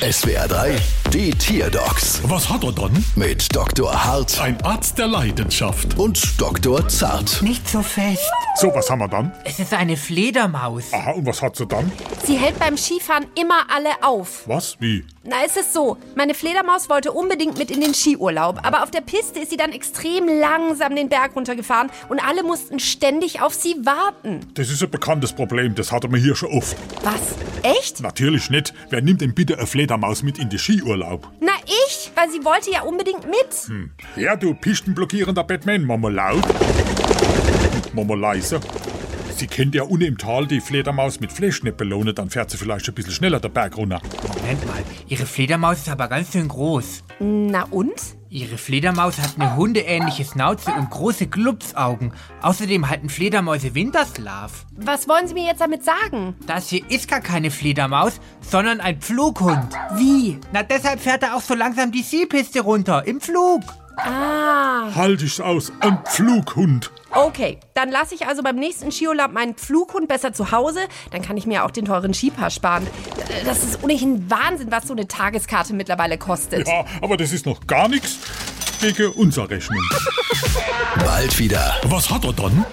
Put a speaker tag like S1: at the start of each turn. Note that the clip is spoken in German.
S1: SWR 3, die Tierdocs
S2: Was hat er dann?
S1: mit Dr. Hart
S2: Ein Arzt der Leidenschaft.
S1: und Dr. Zart.
S3: Nicht so fest.
S2: So, was haben wir dann?
S3: Es ist eine Fledermaus.
S2: Aha, und was hat sie dann?
S4: Sie hält beim Skifahren immer alle auf.
S2: Was? Wie?
S4: Na, es ist so, meine Fledermaus wollte unbedingt mit in den Skiurlaub, aber auf der Piste ist sie dann extrem langsam den Berg runtergefahren und alle mussten ständig auf sie warten.
S2: Das ist ein bekanntes Problem, das hatte man hier schon oft.
S4: Was? Echt?
S2: Natürlich nicht. Wer nimmt denn bitte eine Fledermaus mit in den Skiurlaub?
S4: Na, ich, weil sie wollte ja unbedingt mit.
S2: Ja, du pistenblockierender Batman, Mama laut. Und Mama leise. Sie kennt ja unten im Tal die Fledermaus mit Fleisch nicht belohnen, dann fährt sie vielleicht ein bisschen schneller der Berg runter.
S3: Moment mal, ihre Fledermaus ist aber ganz schön groß.
S4: Na und?
S3: Ihre Fledermaus hat eine hundeähnliche Schnauze und große Glupsaugen. Außerdem halten Fledermäuse Winterschlaf.
S4: Was wollen Sie mir jetzt damit sagen?
S3: Das hier ist gar keine Fledermaus, sondern ein Pflughund.
S4: Wie?
S3: Na, deshalb fährt er auch so langsam die Skipiste runter, im Flug.
S4: Ah.
S2: Halt ich's aus, ein Pflughund.
S4: Okay, dann lasse ich also beim nächsten Skiurlaub meinen Pflughund besser zu Hause. Dann kann ich mir auch den teuren Skipass sparen. Äh, Das ist ohnehin Wahnsinn, was so eine Tageskarte mittlerweile kostet.
S2: Ja, aber das ist noch gar nichts gegen unsere Rechnung.
S1: Bald wieder.
S2: Was hat er dann?